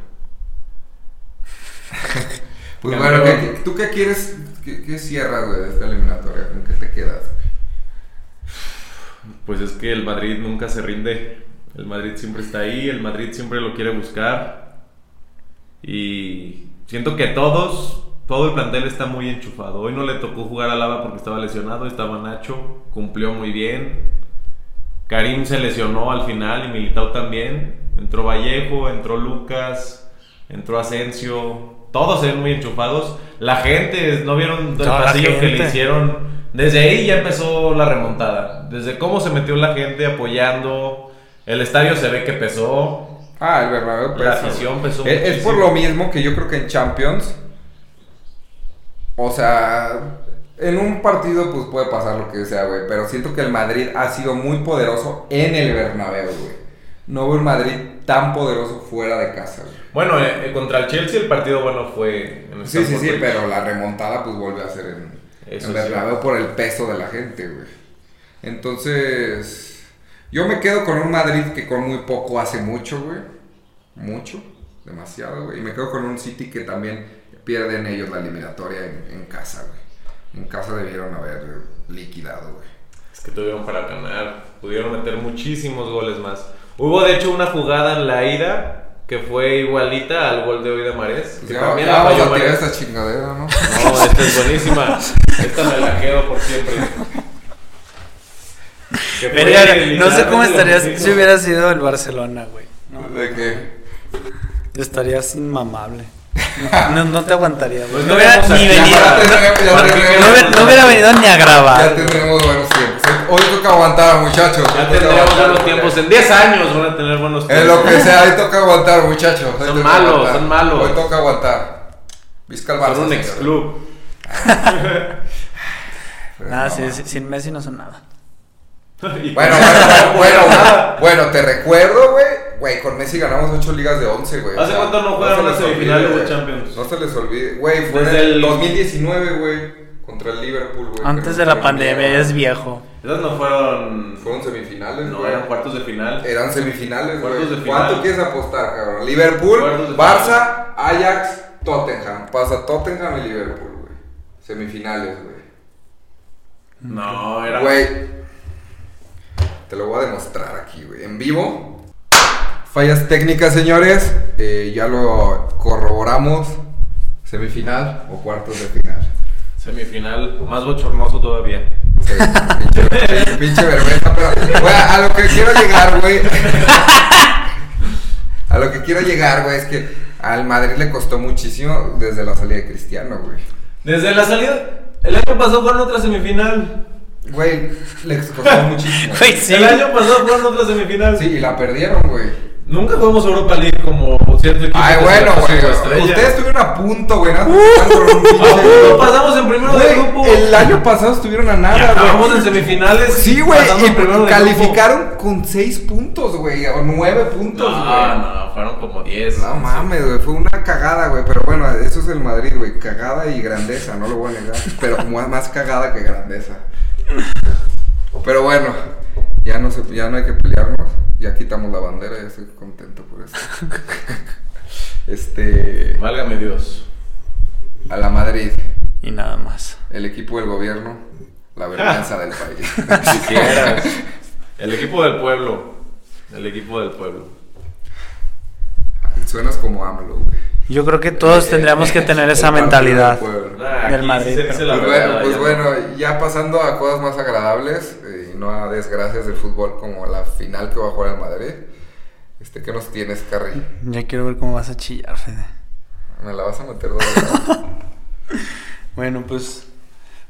Speaker 1: pues
Speaker 2: Campeón.
Speaker 1: bueno, ¿qué- ¿tú qué quieres? ¿Qué, qué cierras, güey, de esta eliminatoria? ¿Con qué te quedas?
Speaker 2: Pues es que el Madrid nunca se rinde. El Madrid siempre está ahí, el Madrid siempre lo quiere buscar. Y siento que todos, todo el plantel está muy enchufado. Hoy no le tocó jugar a Lava porque estaba lesionado, estaba Nacho, cumplió muy bien. Karim se lesionó al final y Militao también. Entró Vallejo, entró Lucas, entró Asensio. Todos se ven muy enchufados. La gente, ¿no vieron el
Speaker 3: Toda la
Speaker 2: pasillo que le
Speaker 3: gente.
Speaker 2: hicieron? Desde ahí ya empezó la remontada. Desde cómo se metió la gente apoyando. El estadio se ve que pesó.
Speaker 1: Ah, el Bernabéu
Speaker 2: La
Speaker 1: pesa,
Speaker 2: afición
Speaker 1: güey.
Speaker 2: pesó
Speaker 1: Es, es por
Speaker 2: muchísimo.
Speaker 1: lo mismo que yo creo que en Champions. O sea, en un partido pues puede pasar lo que sea, güey. Pero siento que el Madrid ha sido muy poderoso en el Bernabéu, güey. No veo el Madrid tan poderoso fuera de casa, güey.
Speaker 2: Bueno, eh, eh, contra el Chelsea el partido bueno fue en el
Speaker 1: Sí, sí,
Speaker 2: Stamford
Speaker 1: sí,
Speaker 2: Bridge.
Speaker 1: pero la remontada pues vuelve a ser en,
Speaker 2: Eso
Speaker 1: en
Speaker 2: es
Speaker 1: Bernabéu
Speaker 2: cierto.
Speaker 1: por el peso de la gente, güey. Entonces, yo me quedo con un Madrid que con muy poco hace mucho, güey. Mucho, demasiado, güey. Y me quedo con un City que también pierden ellos la eliminatoria en, en casa, güey. En casa debieron haber liquidado, güey.
Speaker 2: Es que tuvieron para ganar. Pudieron meter muchísimos goles más. Hubo de hecho una jugada en la ida que fue igualita al gol de hoy de Marés.
Speaker 1: Pues
Speaker 2: Que
Speaker 1: ya,
Speaker 2: también
Speaker 1: ya
Speaker 2: la
Speaker 1: vamos
Speaker 2: falló
Speaker 1: a tirar
Speaker 2: Marés.
Speaker 1: esta chingadera, ¿no?
Speaker 2: No, esta es buenísima. Esta me la quedo por siempre. Que fue
Speaker 3: Verga, no sé
Speaker 2: literalmente
Speaker 3: cómo
Speaker 2: lo
Speaker 3: estarías
Speaker 2: mismo.
Speaker 3: si hubiera sido el Barcelona, güey. No,
Speaker 1: ¿De qué?
Speaker 3: estarías inmamable. No, no te aguantaría, güey.
Speaker 2: Pues
Speaker 3: No
Speaker 2: no
Speaker 3: hubiera
Speaker 2: vemos
Speaker 3: ni
Speaker 2: aquí.
Speaker 3: venido.
Speaker 2: Ya
Speaker 3: No,
Speaker 1: tenemos- ya
Speaker 3: porque
Speaker 1: tenemos-
Speaker 3: no hubiera- no hubiera venido ni a
Speaker 1: Ya
Speaker 3: grabar.
Speaker 1: tendremos buenos tiempos. Hoy toca aguantar, muchachos. Hoy
Speaker 2: Ya
Speaker 1: toca
Speaker 2: tendremos
Speaker 1: aguantar,
Speaker 2: buenos
Speaker 1: güey.
Speaker 2: tiempos. En 10 años van a tener buenos
Speaker 1: Es
Speaker 2: tiempos.
Speaker 1: lo que sea, ahí toca aguantar, muchachos. Ahí
Speaker 2: Son
Speaker 1: toca
Speaker 2: malos,
Speaker 1: aguantar.
Speaker 2: son malos.
Speaker 1: Hoy toca aguantar. Vizca al Barça.
Speaker 2: Son un
Speaker 1: señores.
Speaker 2: ex club.
Speaker 1: Pero
Speaker 3: Nada,
Speaker 1: no,
Speaker 3: Ah, sí,
Speaker 1: ma.
Speaker 3: sí, sin Messi no son nada.
Speaker 1: Bueno, bueno, bueno, bueno, bueno, te recuerdo, güey. Güey, con Messi ganamos 8 ligas de 11, güey.
Speaker 2: ¿Hace cuánto no juegan
Speaker 1: se
Speaker 2: las
Speaker 1: les olvide,
Speaker 2: semifinales de
Speaker 1: güey.
Speaker 2: Champions?
Speaker 1: No se les olvide. Güey, fue
Speaker 2: Desde
Speaker 1: en
Speaker 2: el-
Speaker 1: el 2019, güey. Contra el Liverpool, güey.
Speaker 3: Antes
Speaker 1: Pero
Speaker 3: de la
Speaker 1: fueron-
Speaker 3: pandemia, es viejo.
Speaker 2: Esas no fueron.
Speaker 1: Fueron semifinales,
Speaker 2: No,
Speaker 1: güey.
Speaker 2: eran cuartos de final.
Speaker 1: Eran semifinales, güey.
Speaker 2: Cuartos de final.
Speaker 1: ¿Cuánto quieres apostar, cabrón? Liverpool,
Speaker 2: Cuartos de
Speaker 1: Barça, Ajax, Tottenham. Pasa Tottenham y Liverpool, güey. Semifinales, güey.
Speaker 2: No, era.
Speaker 1: Güey. Te lo voy a demostrar aquí, güey. En vivo. Fallas técnicas, señores. Eh, ya lo corroboramos. Semifinal o cuartos de final.
Speaker 2: Semifinal, más bochornoso todavía.
Speaker 1: Sí, pinche, pinche vergüenza, pero güey, a lo que quiero llegar, güey. A lo que quiero llegar, güey, es que al Madrid le costó muchísimo desde la salida de Cristiano, güey.
Speaker 2: Desde la salida, el año pasado jugaron otra semifinal.
Speaker 1: Güey, le costó muchísimo.
Speaker 3: Güey, sí.
Speaker 2: El año pasado jugaron otra semifinal.
Speaker 1: Sí, y la perdieron, güey.
Speaker 2: Nunca jugamos Europa League como cierto equipo.
Speaker 1: Ay,
Speaker 2: que
Speaker 1: bueno,
Speaker 2: se la puso
Speaker 1: güey.
Speaker 2: estrella.
Speaker 1: Ustedes estuvieron a punto, güey. nada más que están con un
Speaker 2: Uh, A huevo,
Speaker 1: pinche-
Speaker 2: pasamos en primero de
Speaker 1: Güey,
Speaker 2: grupo.
Speaker 1: El año pasado estuvieron a
Speaker 2: Y
Speaker 1: nada, güey.
Speaker 2: acabamos en semifinales.
Speaker 1: Sí, güey,
Speaker 2: pasando
Speaker 1: y
Speaker 2: en primero de
Speaker 1: calificaron con 6 puntos, güey, o 9 puntos,
Speaker 2: grupo.
Speaker 1: güey.
Speaker 2: No, no, fueron como 10.
Speaker 1: No mames, güey, fue una cagada, güey. Pero bueno, eso es el Madrid, güey. Cagada y grandeza, no lo voy a negar. Pero mu- más cagada que grandeza. Pero bueno, ya no, se- ya no hay que pelearnos. Ya quitamos la bandera, ya estoy contento por eso. Este.
Speaker 2: Válgame Dios.
Speaker 1: A la Madrid,
Speaker 3: Y nada más.
Speaker 1: el equipo del gobierno, la vergüenza del país.
Speaker 2: Si quieras. El equipo del pueblo. El equipo del pueblo.
Speaker 1: Suenas como AMLO, güey.
Speaker 3: Yo creo que todos tendríamos que tener
Speaker 1: El
Speaker 3: esa
Speaker 1: partido
Speaker 3: mentalidad.
Speaker 1: del pueblo.
Speaker 2: Nah,
Speaker 3: Del
Speaker 2: aquí
Speaker 3: Madrid,
Speaker 2: se dice la
Speaker 1: Pues
Speaker 2: verdad,
Speaker 1: bueno, pues
Speaker 2: ya.
Speaker 1: bueno, ya pasando a cosas más agradables eh, y no a desgracias del fútbol como la final que va a jugar el Madrid. Este, ¿Qué nos tienes, Carrie?
Speaker 3: Ya quiero ver cómo vas a chillar, Fede.
Speaker 1: ¿Me la vas a meter doblada?
Speaker 3: Bueno, pues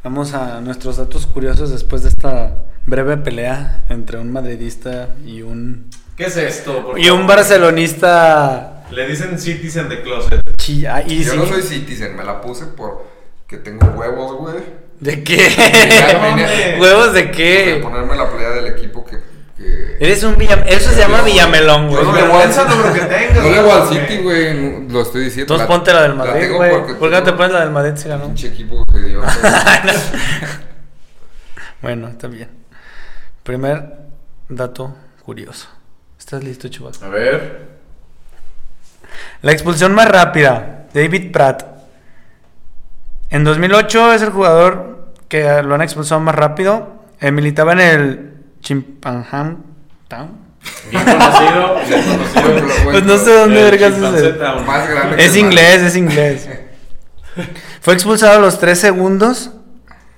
Speaker 3: vamos a nuestros datos curiosos después de esta breve pelea entre un madridista y un
Speaker 2: ¿Qué es esto? por
Speaker 3: y un
Speaker 2: favor?
Speaker 3: barcelonista ah,
Speaker 2: Le dicen Citizen de Closet.
Speaker 3: chilla y
Speaker 1: Yo
Speaker 3: sí-
Speaker 1: no soy citizen, me la puse porque tengo huevos, güey.
Speaker 3: ¿De
Speaker 1: Ya,
Speaker 3: qué?
Speaker 1: vine-
Speaker 3: ¿Huevos de
Speaker 1: De
Speaker 3: qué?
Speaker 1: ponerme la pelea del equipo que... que-
Speaker 3: Eres un villam... Eso se llama
Speaker 1: Yo-
Speaker 3: villamelón,
Speaker 1: yo no le
Speaker 3: güey.
Speaker 1: voy al-
Speaker 2: vergüenza no creo que tengas,
Speaker 1: No le voy al
Speaker 2: güey.
Speaker 1: City, güey, no- lo estoy diciendo.
Speaker 3: Entonces
Speaker 1: La-
Speaker 3: ponte la del
Speaker 1: la
Speaker 3: Madrid,
Speaker 1: tengo
Speaker 3: güey.
Speaker 1: porque
Speaker 3: ¿Por qué no te
Speaker 1: tengo
Speaker 3: pones la del Madrid si
Speaker 1: un
Speaker 3: ganó?
Speaker 1: Pinche equipo que yo...
Speaker 3: Bueno, está bien. Primer dato curioso. ¿Estás listo, Chubac?
Speaker 2: A ver.
Speaker 3: La expulsión más rápida, David Pratt. En 2008 es el jugador que lo han expulsado más rápido. Eh, militaba en el Chimpanham Town.
Speaker 2: Bien conocido. Bien conocido.
Speaker 3: Pues no sé dónde
Speaker 2: El
Speaker 3: vergas es
Speaker 2: chimpancé
Speaker 3: el-
Speaker 2: Town.
Speaker 1: Más grande que
Speaker 3: Es
Speaker 1: el
Speaker 3: inglés,
Speaker 1: Madrid.
Speaker 3: es inglés. Fue expulsado a los 3 segundos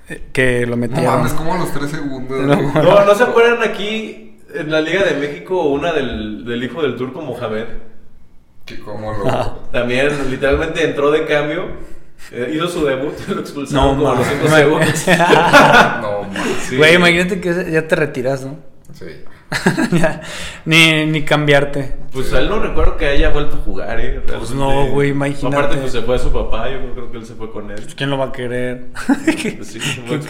Speaker 3: eh, que lo
Speaker 1: No
Speaker 3: metieron.
Speaker 1: mames, como a los 3 segundos.
Speaker 3: No,
Speaker 1: güey.
Speaker 2: No, ¿no se acuerdan aquí en la Liga de México una del, del hijo del turco Mohamed?
Speaker 1: Que como lo.
Speaker 3: Ah.
Speaker 2: También literalmente entró de cambio, eh, hizo su debut, lo expulsaron
Speaker 3: No,
Speaker 2: como a los
Speaker 3: mames.
Speaker 2: 5 segundos.
Speaker 3: Ah.
Speaker 1: No, mames.
Speaker 2: Sí.
Speaker 3: Güey, imagínate que ya te retiras, ¿no?
Speaker 1: Sí.
Speaker 3: Ya, ni, ni cambiarte.
Speaker 2: Pues a él no recuerdo que haya vuelto a jugar, eh. realmente.
Speaker 3: Pues no, güey, imagínate.
Speaker 2: Aparte, pues se fue su papá, yo no creo que él se fue con él.
Speaker 3: ¿Quién lo va a querer?
Speaker 2: Pues sí, fue
Speaker 3: Qué
Speaker 2: expulsado.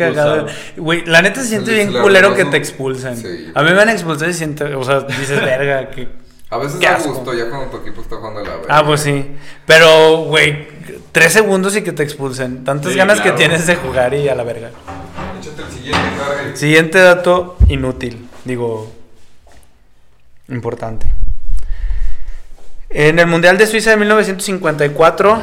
Speaker 3: cagado. Güey, la neta se siente
Speaker 1: Sí,
Speaker 3: bien
Speaker 1: la
Speaker 3: culero
Speaker 1: verdad,
Speaker 3: que
Speaker 1: ¿no?
Speaker 3: te expulsen.
Speaker 1: Sí.
Speaker 3: A mí me van a expulsar y siento, o sea, dices, verga, que...
Speaker 1: A veces
Speaker 3: Qué
Speaker 1: da
Speaker 3: asco.
Speaker 1: gusto ya cuando tu equipo está jugando a la verga.
Speaker 3: Ah, pues sí. Pero, güey, tres segundos y que te expulsen. Tantas
Speaker 2: Sí,
Speaker 3: ganas
Speaker 2: claro.
Speaker 3: que tienes de jugar y a la verga.
Speaker 1: Échate el siguiente, Harry.
Speaker 3: Siguiente dato inútil, digo, importante. En el Mundial de Suiza de 1954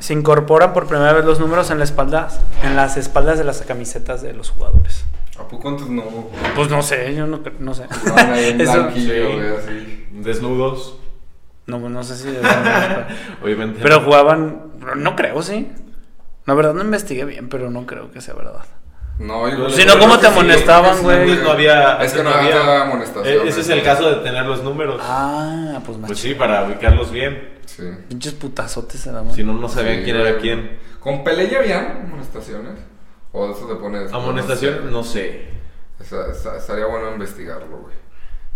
Speaker 3: se incorporan por primera vez los números en, la espalda, en las espaldas de las camisetas de los jugadores.
Speaker 1: ¿A poco antes no? Jugaban
Speaker 3: Pues no sé, yo no, cre- no sé.
Speaker 1: ahí en
Speaker 3: Eso-
Speaker 1: blanquillo,
Speaker 2: sí.
Speaker 1: güey, así.
Speaker 2: Desnudos,
Speaker 3: no, pues no sé si... de verdad, pero-
Speaker 2: obviamente.
Speaker 3: Pero jugaban... No creo, sí. La verdad no investigué bien, pero no creo que sea verdad.
Speaker 1: No, yo
Speaker 2: Si no,
Speaker 1: yo
Speaker 2: ¿cómo
Speaker 1: creo
Speaker 3: te
Speaker 1: que sí,
Speaker 3: amonestaban,
Speaker 1: yo creo que sí,
Speaker 3: güey?
Speaker 2: Antes no había.
Speaker 1: Es que
Speaker 2: antes
Speaker 1: no había amonestación.
Speaker 2: Eh, Ese es el caso de tener los números.
Speaker 3: Ah, pues más...
Speaker 2: Pues sí, para ubicarlos bien.
Speaker 1: Sí.
Speaker 3: Pinches putazotes, nada
Speaker 2: Si no, no sabían
Speaker 1: Sí,
Speaker 2: quién era
Speaker 1: güey.
Speaker 2: quién.
Speaker 1: ¿Con Pelé ya habían amonestaciones? ¿O eso te pone después?
Speaker 2: Amonestación, no sé.
Speaker 1: Esa- esa- estaría bueno investigarlo, güey.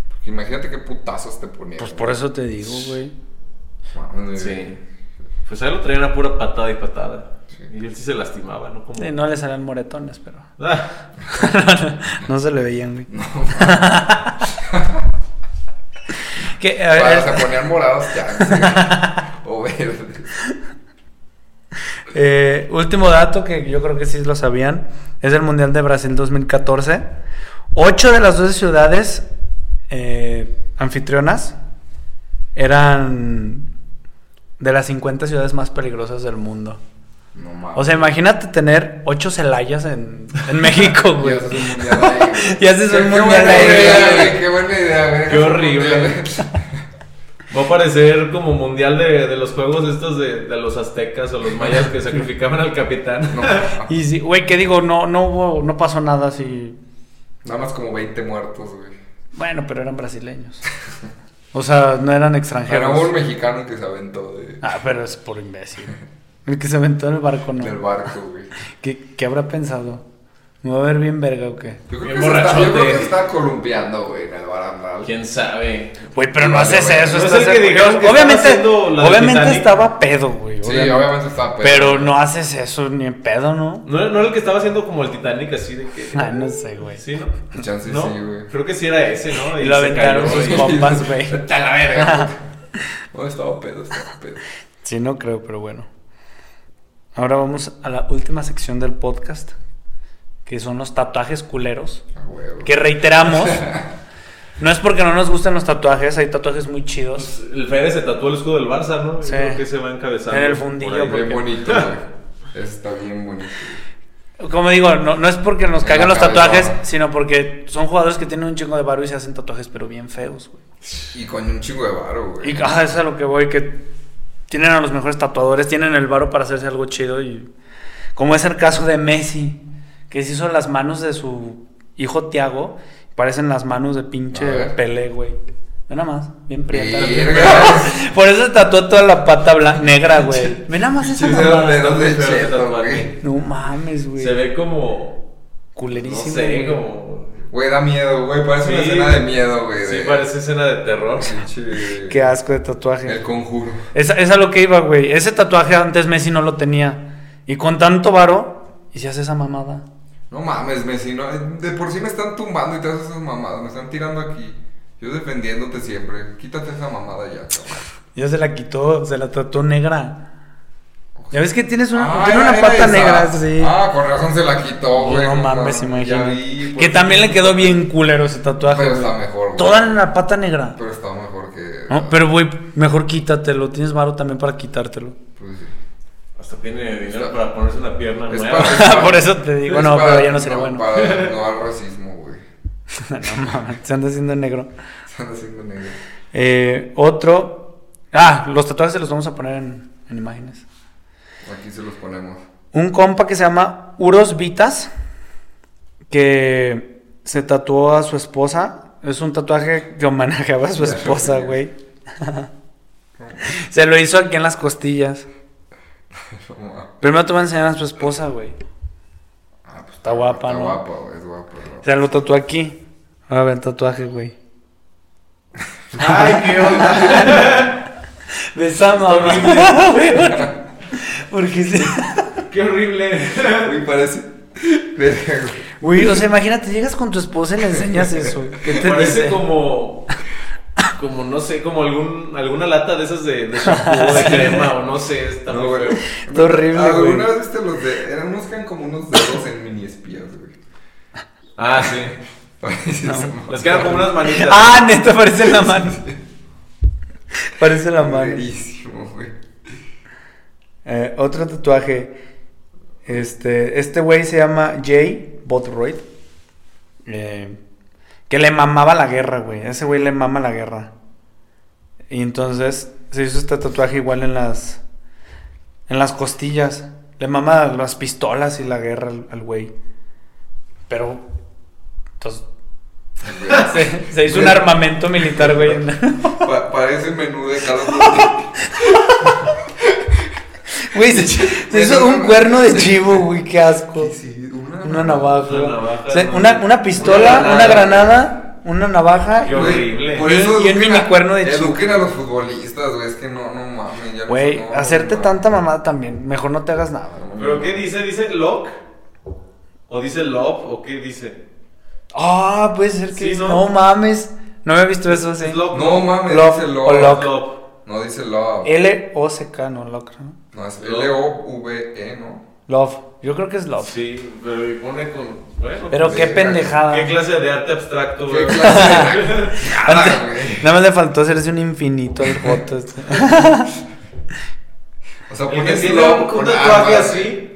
Speaker 1: Porque imagínate qué putazos te ponían.
Speaker 3: Pues por eso te digo, güey.
Speaker 1: Mames,
Speaker 2: Sí. Pues a él lo traían a pura patada y patada.
Speaker 1: Sí.
Speaker 2: Y él sí se lastimaba, ¿no? Como...
Speaker 3: Sí, no le salían moretones, pero...
Speaker 2: Ah,
Speaker 3: no se le veían, güey.
Speaker 1: No,
Speaker 3: Que, a ver,
Speaker 1: para, se ponían morados ya. sí. o verdes.
Speaker 3: eh, último dato que yo creo que sí lo sabían. Es el Mundial de Brasil 2014. Ocho de las 12 ciudades eh, anfitrionas eran de las 50 ciudades más peligrosas del mundo.
Speaker 1: No mames.
Speaker 3: O sea, imagínate tener ocho celayas en, en México, güey.
Speaker 1: Ya haces un mundial ahí, güey.
Speaker 3: Y haces
Speaker 1: Qué-
Speaker 3: un mundial
Speaker 1: Qué buena idea,
Speaker 3: ahí,
Speaker 1: güey. Qué buena
Speaker 3: güey.
Speaker 1: idea, güey.
Speaker 2: Qué horrible.
Speaker 1: Haces un mundial.
Speaker 2: Va a parecer como mundial de, de los juegos estos de, de los aztecas o los mayas que sacrificaban al capitán.
Speaker 1: No,
Speaker 3: Y sí, güey, que digo, no, no hubo, no pasó nada así.
Speaker 1: nada más como 20 muertos, güey.
Speaker 3: Bueno, pero eran brasileños. O sea, no eran
Speaker 1: Pero hubo un
Speaker 3: extranjeros.
Speaker 1: mexicano que se aventó de-
Speaker 3: pues Ah, pero es por imbécil. El que se aventó en el barco, no.
Speaker 1: del barco, güey.
Speaker 3: ¿Qué, qué habrá pensado? ¿Me va a ver bien verga o qué?
Speaker 1: Yo creo, que
Speaker 2: Bien
Speaker 1: se está, yo
Speaker 2: borrachote.
Speaker 1: creo que se está columpiando, güey, en el barandal.
Speaker 2: ¿Quién sabe?
Speaker 3: Güey, pero no
Speaker 1: Vale,
Speaker 3: haces
Speaker 1: güey.
Speaker 3: eso.
Speaker 2: No es
Speaker 3: estás
Speaker 2: el que
Speaker 3: en-
Speaker 2: dijeron que
Speaker 3: obviamente,
Speaker 2: estaba haciendo la del
Speaker 3: obviamente
Speaker 2: Titanic.
Speaker 3: estaba pedo, güey.
Speaker 1: Sí,
Speaker 3: obviamente.
Speaker 1: obviamente está pedo.
Speaker 3: Pero no haces eso ni en pedo, ¿no?
Speaker 2: ¿No, era- ¿No era el que estaba haciendo como el Titanic así de que...
Speaker 3: Ah, no sé, güey.
Speaker 2: Sí, ¿no?
Speaker 1: Chance
Speaker 2: ¿No?
Speaker 1: sí, güey.
Speaker 2: Creo que sí era ese, ¿no?
Speaker 3: Y lo
Speaker 2: se
Speaker 3: aventaron
Speaker 2: cayó
Speaker 3: sus
Speaker 2: y-
Speaker 3: compas, güey.
Speaker 1: Está la verga. güey. No, estaba pedo, estaba pedo.
Speaker 3: Sí, no creo, pero bueno. Ahora vamos a la última sección del podcast, que son los tatuajes culeros.
Speaker 1: A huevo.
Speaker 3: Que reiteramos, no es porque no nos gusten los tatuajes, hay tatuajes muy chidos.
Speaker 2: El Fede se tatuó el escudo del Barça, ¿no?
Speaker 3: Sí.
Speaker 2: Yo creo que se va encabezando.
Speaker 3: En el
Speaker 2: por
Speaker 3: fundillo,
Speaker 2: ahí.
Speaker 1: Bien
Speaker 3: porque-
Speaker 1: bonito, güey. Eso está bien bonito.
Speaker 3: Como digo, no, no es porque nos
Speaker 1: En
Speaker 3: caguen
Speaker 1: la
Speaker 3: los
Speaker 1: cabeza,
Speaker 3: tatuajes,
Speaker 1: ¿no?
Speaker 3: sino porque son jugadores que tienen un chingo de barro y se hacen tatuajes, pero bien feos, güey.
Speaker 1: Y con un chingo de varo, güey.
Speaker 3: Y ah, es a lo que voy, que tienen a los mejores tatuadores, tienen el varo para hacerse algo chido y como es el caso de Messi, que se hizo las manos de su hijo Tiago, parecen las manos de
Speaker 1: A
Speaker 3: pinche
Speaker 1: ver.
Speaker 3: Pelé, güey. Ve nada más, bien prieta. la
Speaker 1: Verga.
Speaker 3: pinche. Por eso se tatuó toda la pata blan- negra, güey. Ve nada más esa
Speaker 1: Sí, de
Speaker 3: mamada.
Speaker 1: dónde, de dónde
Speaker 2: Está muy feo ese
Speaker 1: cheto,
Speaker 2: tatuaje.
Speaker 1: güey.
Speaker 3: No mames, güey.
Speaker 2: Se ve como... No
Speaker 3: culerísimo.
Speaker 2: sé,
Speaker 3: güey.
Speaker 2: como...
Speaker 1: Güey, da miedo, güey. Parece una
Speaker 2: Sí.
Speaker 1: escena de miedo, güey.
Speaker 2: Sí,
Speaker 1: de-
Speaker 2: parece escena de terror.
Speaker 1: Pinche-
Speaker 3: Qué asco de tatuaje.
Speaker 1: El conjuro.
Speaker 3: Es, es a lo que iba, güey. Ese tatuaje antes Messi no lo tenía. Y con tanto varo, ¿y si hace esa mamada?
Speaker 1: No mames, Messi. No, de por sí me están tumbando y todas esas mamadas. Me están tirando aquí. Yo defendiéndote siempre. Quítate esa mamada ya, cabrón.
Speaker 3: Ya se la quitó, se la tatuó negra. Ya ves que tienes una,
Speaker 1: Ah,
Speaker 3: tiene
Speaker 1: era-
Speaker 3: una
Speaker 1: era
Speaker 3: pata
Speaker 1: esa.
Speaker 3: negra, sí.
Speaker 1: Ah, con razón se la quitó, güey.
Speaker 3: no mames,
Speaker 1: Ya
Speaker 3: imagínate.
Speaker 1: vi,
Speaker 3: que
Speaker 1: pues,
Speaker 3: también le quedó bien culero ese tatuaje.
Speaker 1: Pero
Speaker 3: güey.
Speaker 1: está mejor, güey.
Speaker 3: Toda en la pata negra.
Speaker 1: Pero está mejor que.
Speaker 3: No, pero, güey, mejor quítatelo. Tienes varo también para quitártelo.
Speaker 1: Pues sí.
Speaker 2: Hasta tiene dinero
Speaker 1: Está-
Speaker 2: para ponerse una pierna
Speaker 1: Es
Speaker 2: nueva.
Speaker 1: para-
Speaker 3: Por eso te digo,
Speaker 1: Es
Speaker 3: no,
Speaker 1: para-
Speaker 3: pero ya no sería bueno.
Speaker 1: Para, no al racismo, güey.
Speaker 3: no mames, se anda haciendo negro.
Speaker 1: Están haciendo negro.
Speaker 3: Eh, otro. Ah, los tatuajes se los vamos a poner en, en imágenes.
Speaker 1: Aquí se los ponemos.
Speaker 3: Un compa que se llama Uros Vitas, que se tatuó a su esposa. Es un tatuaje que homenajeaba a su esposa, güey. se lo hizo aquí en las costillas.
Speaker 1: No mames.
Speaker 3: Primero te voy a enseñar a su esposa, güey.
Speaker 1: Ah, pues,
Speaker 3: Está guapa,
Speaker 1: está
Speaker 3: ¿no?
Speaker 1: guapa, güey. Es guapa, es guapa.
Speaker 3: Se lo tatuó aquí. A ver, tatuaje, güey.
Speaker 2: Ay, qué onda.
Speaker 3: De esa mamá, güey. Porque se...
Speaker 2: qué horrible.
Speaker 1: Güey, parece. Verga, güey.
Speaker 3: Güey, o sea, imagínate, llegas con tu esposa y le enseñas eso. ¿Qué te
Speaker 2: Parece
Speaker 3: dice?
Speaker 2: como. Como no sé, como algún, alguna lata de esas de, de shampoo, de crema o no sé, está
Speaker 1: No,
Speaker 2: muy
Speaker 1: güey.
Speaker 2: feo.
Speaker 3: Está horrible,
Speaker 1: ¿Alguna vez
Speaker 3: güey.
Speaker 1: viste los de. Eran unos que eran como unos dedos en mini espías, güey.
Speaker 2: Ah, sí.
Speaker 1: Parece esa mamada.
Speaker 2: Les quedan como unas manitas.
Speaker 3: Ah, neta, parece la mano. Parece la mano.
Speaker 1: Culerísimo, güey.
Speaker 3: Eh, otro tatuaje. Este, este güey se llama Jay Botroyd. Eh, que le mamaba la guerra, güey. A Ese güey le mama la guerra. Y entonces se hizo este tatuaje igual en las. En las costillas. Le mama las pistolas y la guerra al al güey. Pero. Entonces, se, se hizo un armamento militar, güey.
Speaker 1: Pa- parece menú de Call of Duty.
Speaker 3: Güey, se, se hizo un cuerno de chivo, güey. Qué asco.
Speaker 1: Sí, una,
Speaker 3: Una navaja.
Speaker 2: Una navaja,
Speaker 3: O sea,
Speaker 2: no.
Speaker 3: una, una pistola,
Speaker 1: Una
Speaker 3: una
Speaker 1: granada.
Speaker 3: granada, una navaja.
Speaker 2: Qué
Speaker 1: Güey,
Speaker 2: horrible.
Speaker 1: por
Speaker 3: Y un-
Speaker 1: eso
Speaker 3: y un
Speaker 1: eduquen a-
Speaker 3: minicuerno de
Speaker 1: Eduquen a los futbolistas, güey. Es que no, no mames. ya no
Speaker 3: Güey,
Speaker 1: son- no,
Speaker 3: hacerte
Speaker 1: no.
Speaker 3: tanta mamada también. Mejor no te hagas nada.
Speaker 2: ¿Pero qué dice? ¿Dice lock? ¿O dice love? ¿O qué dice?
Speaker 3: Ah, puede ser que.
Speaker 2: Sí,
Speaker 3: no.
Speaker 2: ¿no?
Speaker 3: mames. No había visto eso así.
Speaker 2: ¿Es lock?
Speaker 1: No mames,
Speaker 3: Love Eh,
Speaker 1: dice
Speaker 3: o
Speaker 1: love.
Speaker 3: lock.
Speaker 2: Love.
Speaker 1: No dice love.
Speaker 3: L-O-C-K, no, love, ¿no?
Speaker 1: No, es L-O-V-E, E, ¿no?
Speaker 3: Love. Yo creo que es love.
Speaker 2: Sí, pero y pone con. Bueno, pues,
Speaker 3: Pero
Speaker 1: Sí,
Speaker 3: qué
Speaker 1: claro.
Speaker 3: pendejada.
Speaker 2: ¿Qué clase de arte abstracto,
Speaker 1: ¿Qué
Speaker 2: güey?
Speaker 1: clase de- Nada, güey.
Speaker 3: Nada más le faltó hacerse un infinito al Joto. este.
Speaker 1: O sea,
Speaker 2: El que
Speaker 1: pones
Speaker 2: tiene
Speaker 1: love
Speaker 2: un, un
Speaker 1: con
Speaker 2: tatuaje
Speaker 1: armas,
Speaker 2: así,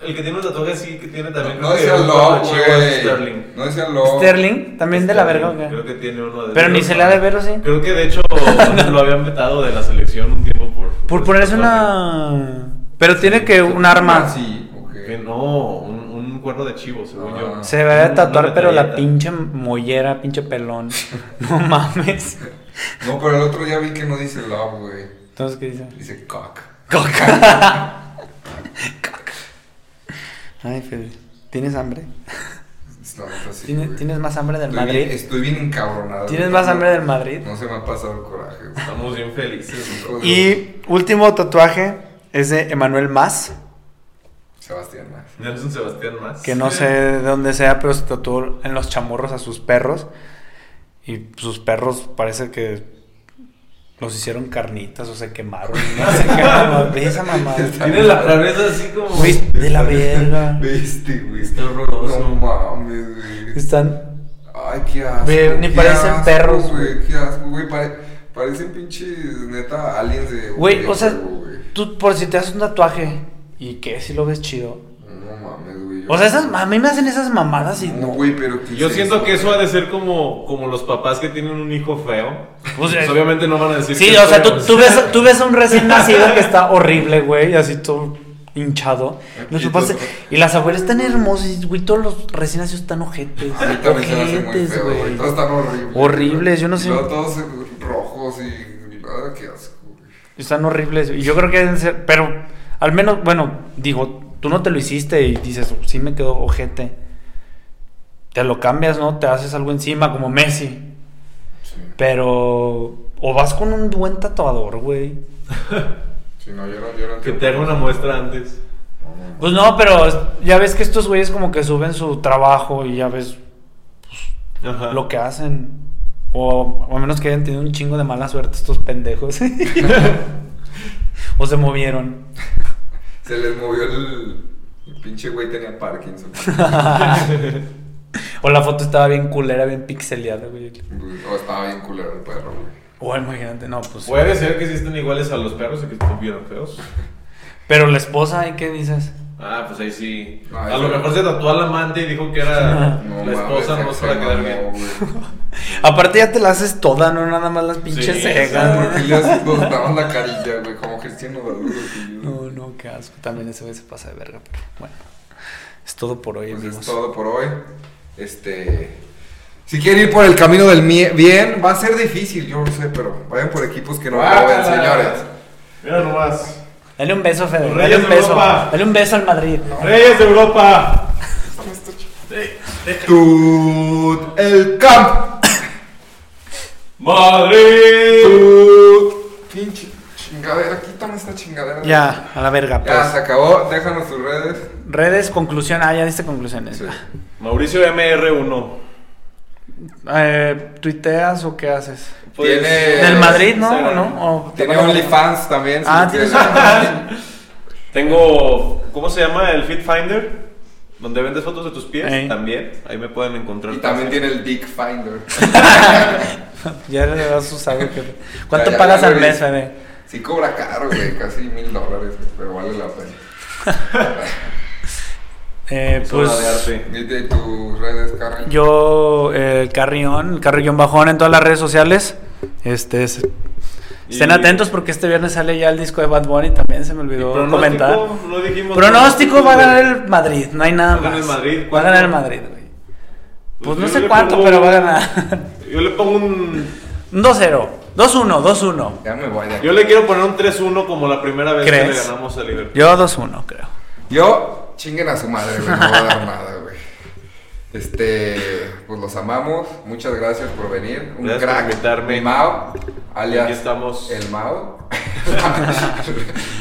Speaker 2: el que tiene un tatuaje así, que tiene también.
Speaker 1: No
Speaker 2: creo que
Speaker 1: decía
Speaker 2: un
Speaker 1: Law,
Speaker 2: chivo es
Speaker 1: güey.
Speaker 2: Sterling.
Speaker 1: No decía Law.
Speaker 3: Sterling, también de la verga.
Speaker 2: Sterling,
Speaker 3: güey.
Speaker 2: Creo que tiene uno de
Speaker 3: Pero ni se le ha de ver, ¿o sí?
Speaker 2: Creo que de hecho lo habían vetado de la selección un tiempo por.
Speaker 3: Por
Speaker 2: ese
Speaker 3: ponerse
Speaker 2: tatuaje.
Speaker 3: una. Pero tiene que un arma.
Speaker 1: Ah, Sí, ok.
Speaker 2: Que no, un, un cuerno de chivo, según
Speaker 1: Ah.
Speaker 2: yo.
Speaker 3: Se va a
Speaker 2: Una
Speaker 3: tatuar, pero la
Speaker 2: metralleta.
Speaker 3: pinche mollera, pinche pelón. No mames.
Speaker 1: No, pero el otro día vi que no dice Love, güey.
Speaker 3: Entonces, ¿qué dice?
Speaker 1: Dice cock.
Speaker 3: Coca. Coca. Ay, Fede. ¿Tienes hambre?
Speaker 1: No, no es así,
Speaker 3: ¿Tienes,
Speaker 1: güey.
Speaker 3: ¿Tienes más hambre del
Speaker 1: estoy
Speaker 3: Madrid?
Speaker 1: Bien, estoy bien encabronado.
Speaker 3: ¿Tienes
Speaker 1: güey.
Speaker 3: más hambre del Madrid?
Speaker 1: No se me ha pasado el coraje, güey.
Speaker 2: Estamos bien felices.
Speaker 1: Hijo de-
Speaker 3: Y último tatuaje es de Emanuel Más,
Speaker 1: Sebastián más.
Speaker 2: Nelson Sebastián más.
Speaker 3: que no sé de dónde sea, pero se tatuó en los chamorros a sus perros. Y sus perros parece que los hicieron carnitas o se quemaron. No sé qué mamada, ve esa mamada.
Speaker 2: Tiene la cabeza así como.
Speaker 3: Güey, de la verga.
Speaker 1: Viste, güey.
Speaker 2: Está horroroso.
Speaker 1: No mames, güey.
Speaker 3: Están.
Speaker 1: Ay, qué asco.
Speaker 3: Ve, ni
Speaker 1: qué
Speaker 3: parecen
Speaker 1: asco,
Speaker 3: perros,
Speaker 1: güey. Qué asco, güey. pare- parecen pinches, neta, aliens de.
Speaker 3: Güey,
Speaker 1: de
Speaker 3: o sea,
Speaker 1: juego, güey.
Speaker 3: tú por si te haces un tatuaje y que si lo ves chido.
Speaker 1: No mames, güey.
Speaker 3: O sea, esas, a mí me hacen esas mamadas y
Speaker 1: No,
Speaker 3: no.
Speaker 1: güey, pero ¿qué
Speaker 2: Yo
Speaker 1: es
Speaker 2: siento que eso ha de ser como, como los papás que tienen un hijo feo.
Speaker 3: O sea-
Speaker 2: Pues obviamente no van a decir.
Speaker 3: eh, Sí,
Speaker 2: que
Speaker 3: o
Speaker 2: es
Speaker 3: sea, tú,
Speaker 2: feo.
Speaker 3: tú ves, tú ves a un recién nacido que está horrible, güey, así todo hinchado. Los
Speaker 1: Y
Speaker 3: papás
Speaker 1: todo.
Speaker 3: se- y las abuelas están hermosas, y, güey, todos los recién nacidos están ojetes.
Speaker 1: A mí también se me hace muy
Speaker 3: Ojetes,
Speaker 1: feo, güey. Todos
Speaker 3: güey.
Speaker 1: están horribles.
Speaker 3: Horribles, yo no
Speaker 1: Y
Speaker 3: sé.
Speaker 1: luego todos eh, rojos y. Ah, qué asco, güey.
Speaker 3: Están horribles. Y yo creo que deben ser, pero al menos, bueno, digo, tú no te lo hiciste y dices, "Oh, sí me quedó ojete. Te lo cambias, ¿no? Te haces algo encima, como Messi.
Speaker 1: Sí.
Speaker 3: Pero. O vas con un buen tatuador, güey.
Speaker 1: Sí, no, yo no, yo no
Speaker 2: Que
Speaker 1: entiendo.
Speaker 2: te haga una muestra antes.
Speaker 1: No, no, no.
Speaker 3: Pues no, pero es- ya ves que estos güeyes como que suben su trabajo y ya ves
Speaker 2: Ajá.
Speaker 3: lo que hacen. O a menos que hayan tenido un chingo de mala suerte estos pendejos. o se movieron.
Speaker 1: Se les movió el. El pinche güey tenía Parkinson.
Speaker 3: o la foto estaba bien culera, bien pixeleada, güey.
Speaker 1: o Pues, oh, estaba bien culero el perro, güey.
Speaker 3: O imagínate, no, pues.
Speaker 2: Puede ser que sí estén iguales a los perros y que estuvieron feos.
Speaker 3: Pero la esposa, ¿y qué dices?
Speaker 2: Ah, pues ahí sí.
Speaker 1: No,
Speaker 2: a
Speaker 1: Ah, eso-
Speaker 2: lo mejor se tatuó al amante y dijo que era
Speaker 1: No,
Speaker 2: la esposa, no
Speaker 1: mames,
Speaker 2: es
Speaker 1: se-
Speaker 2: para
Speaker 1: se
Speaker 2: quedar
Speaker 1: mamó,
Speaker 2: bien.
Speaker 1: güey.
Speaker 3: Aparte ya te la haces toda, no nada más las pinches
Speaker 2: Sí,
Speaker 3: cejas.
Speaker 1: ¿Por qué le haces dos daban la carilla, güey? Como Cristiano Ronaldo. güey.
Speaker 3: No, no, qué asco. También ese güey se pasa de verga. pero bueno, es todo por hoy,
Speaker 1: Pues
Speaker 3: amigos.
Speaker 1: es todo por hoy. Este. Si quieren ir por el camino del mie- bien, va a ser difícil, yo lo sé, pero vayan por equipos que no
Speaker 2: Ah,
Speaker 1: roben, señores.
Speaker 2: Mira nomás.
Speaker 3: Dale un beso, Fede.
Speaker 2: Los
Speaker 3: Dale
Speaker 2: Reyes
Speaker 3: un
Speaker 2: de
Speaker 3: beso.
Speaker 2: Europa.
Speaker 3: Dale un beso al Madrid.
Speaker 2: Reyes de Europa.
Speaker 1: Tut el camp.
Speaker 2: Madrid.
Speaker 1: Tut. Pinche chingadera, quítame esta chingadera.
Speaker 3: Ya, a la verga, pues.
Speaker 1: Ya, se acabó. Déjanos tus redes.
Speaker 3: Redes, conclusión. Ah, ya diste conclusiones.
Speaker 1: Sí.
Speaker 2: Mauricio MR1.
Speaker 3: Eh, ¿Tuiteas o qué haces?
Speaker 2: Pues,
Speaker 1: Tiene-
Speaker 3: ¿Del
Speaker 1: Eh,
Speaker 3: Madrid, no?
Speaker 2: Instagram.
Speaker 3: ¿O no? ¿O te
Speaker 1: Tiene
Speaker 3: vas a-
Speaker 1: OnlyFans también. si
Speaker 3: Ah,
Speaker 1: lo
Speaker 3: tienes
Speaker 1: quieren.
Speaker 3: OnlyFans.
Speaker 2: Tengo, ¿cómo se llama? El Fit Finder, donde vendes fotos de tus pies.
Speaker 3: Ey.
Speaker 2: También, ahí me pueden encontrar.
Speaker 1: Y también tiene el Dick Finder.
Speaker 3: Ya le has usado, jefe. ¿Cuánto
Speaker 1: Ya, ya,
Speaker 3: pagas
Speaker 1: ya,
Speaker 3: al
Speaker 1: güey.
Speaker 3: mes, Fede?
Speaker 1: Sí cobra caro, güey, casi mil dólares, pero vale la pena.
Speaker 3: Eh,
Speaker 2: Zona de
Speaker 3: pues...
Speaker 2: arte.
Speaker 1: ¿Y de tus redes, Carmen?
Speaker 3: Yo, eh, el Carrión, el Carrión Bajón en todas las redes sociales. Este es- Estén
Speaker 2: Y-
Speaker 3: atentos porque este viernes sale ya el disco de Bad Bunny. También se me
Speaker 2: Y
Speaker 3: olvidó
Speaker 2: pronóstico,
Speaker 3: comentar.
Speaker 2: no dijimos Pues
Speaker 3: Pronóstico va a ganar el Madrid, no hay nada
Speaker 2: Va a ganar
Speaker 3: más.
Speaker 2: el Madrid,
Speaker 3: Va a
Speaker 2: ¿cuánto?
Speaker 3: ganar el Madrid, güey. Pues no
Speaker 2: yo
Speaker 3: sé
Speaker 2: le
Speaker 3: cuánto,
Speaker 2: pongo-
Speaker 3: pero va a ganar.
Speaker 2: Yo le pongo un.
Speaker 3: Un 2-0, 2-1, 2-1.
Speaker 1: Ya me voy de aquí.
Speaker 2: Yo le quiero poner un 3-1 como la primera vez que le
Speaker 3: ¿Crees?
Speaker 2: ganamos a Liverpool.
Speaker 3: Yo 2-1, creo.
Speaker 1: Yo, chinguen a su madre, güey, no voy a dar nada, güey. Este, pues los amamos, muchas gracias por venir. Un
Speaker 2: Gracias por
Speaker 1: crack,
Speaker 2: invitarme.
Speaker 1: mi Mao,
Speaker 2: Aquí
Speaker 1: alias
Speaker 2: estamos.
Speaker 1: el Mao.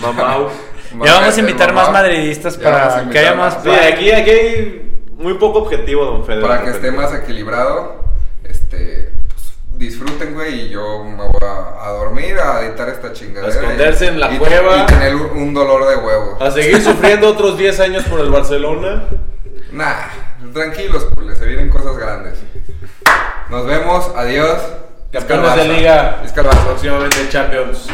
Speaker 2: Mamau.
Speaker 3: Ya vamos a invitar más madridistas
Speaker 1: Ya
Speaker 3: para
Speaker 1: vamos a
Speaker 3: que
Speaker 1: invitar
Speaker 3: haya más-
Speaker 2: Sí, aquí, aquí hay muy poco objetivo, don Fede.
Speaker 1: Para
Speaker 2: de
Speaker 1: que
Speaker 2: repente.
Speaker 1: esté más equilibrado, este, pues, disfruten, güey, y yo me voy a, a dormir, a editar esta chingadera.
Speaker 2: A esconderse en la
Speaker 1: y-
Speaker 2: cueva.
Speaker 1: Y tener un, un dolor de huevo.
Speaker 2: A seguir sufriendo otros 10 años por el Barcelona.
Speaker 1: Nah, tranquilos, cules, se vienen cosas grandes. Nos vemos, adiós.
Speaker 2: Campeones de
Speaker 1: Escalbaza.
Speaker 2: liga.
Speaker 1: Escalbaza.
Speaker 2: Próximamente Champions.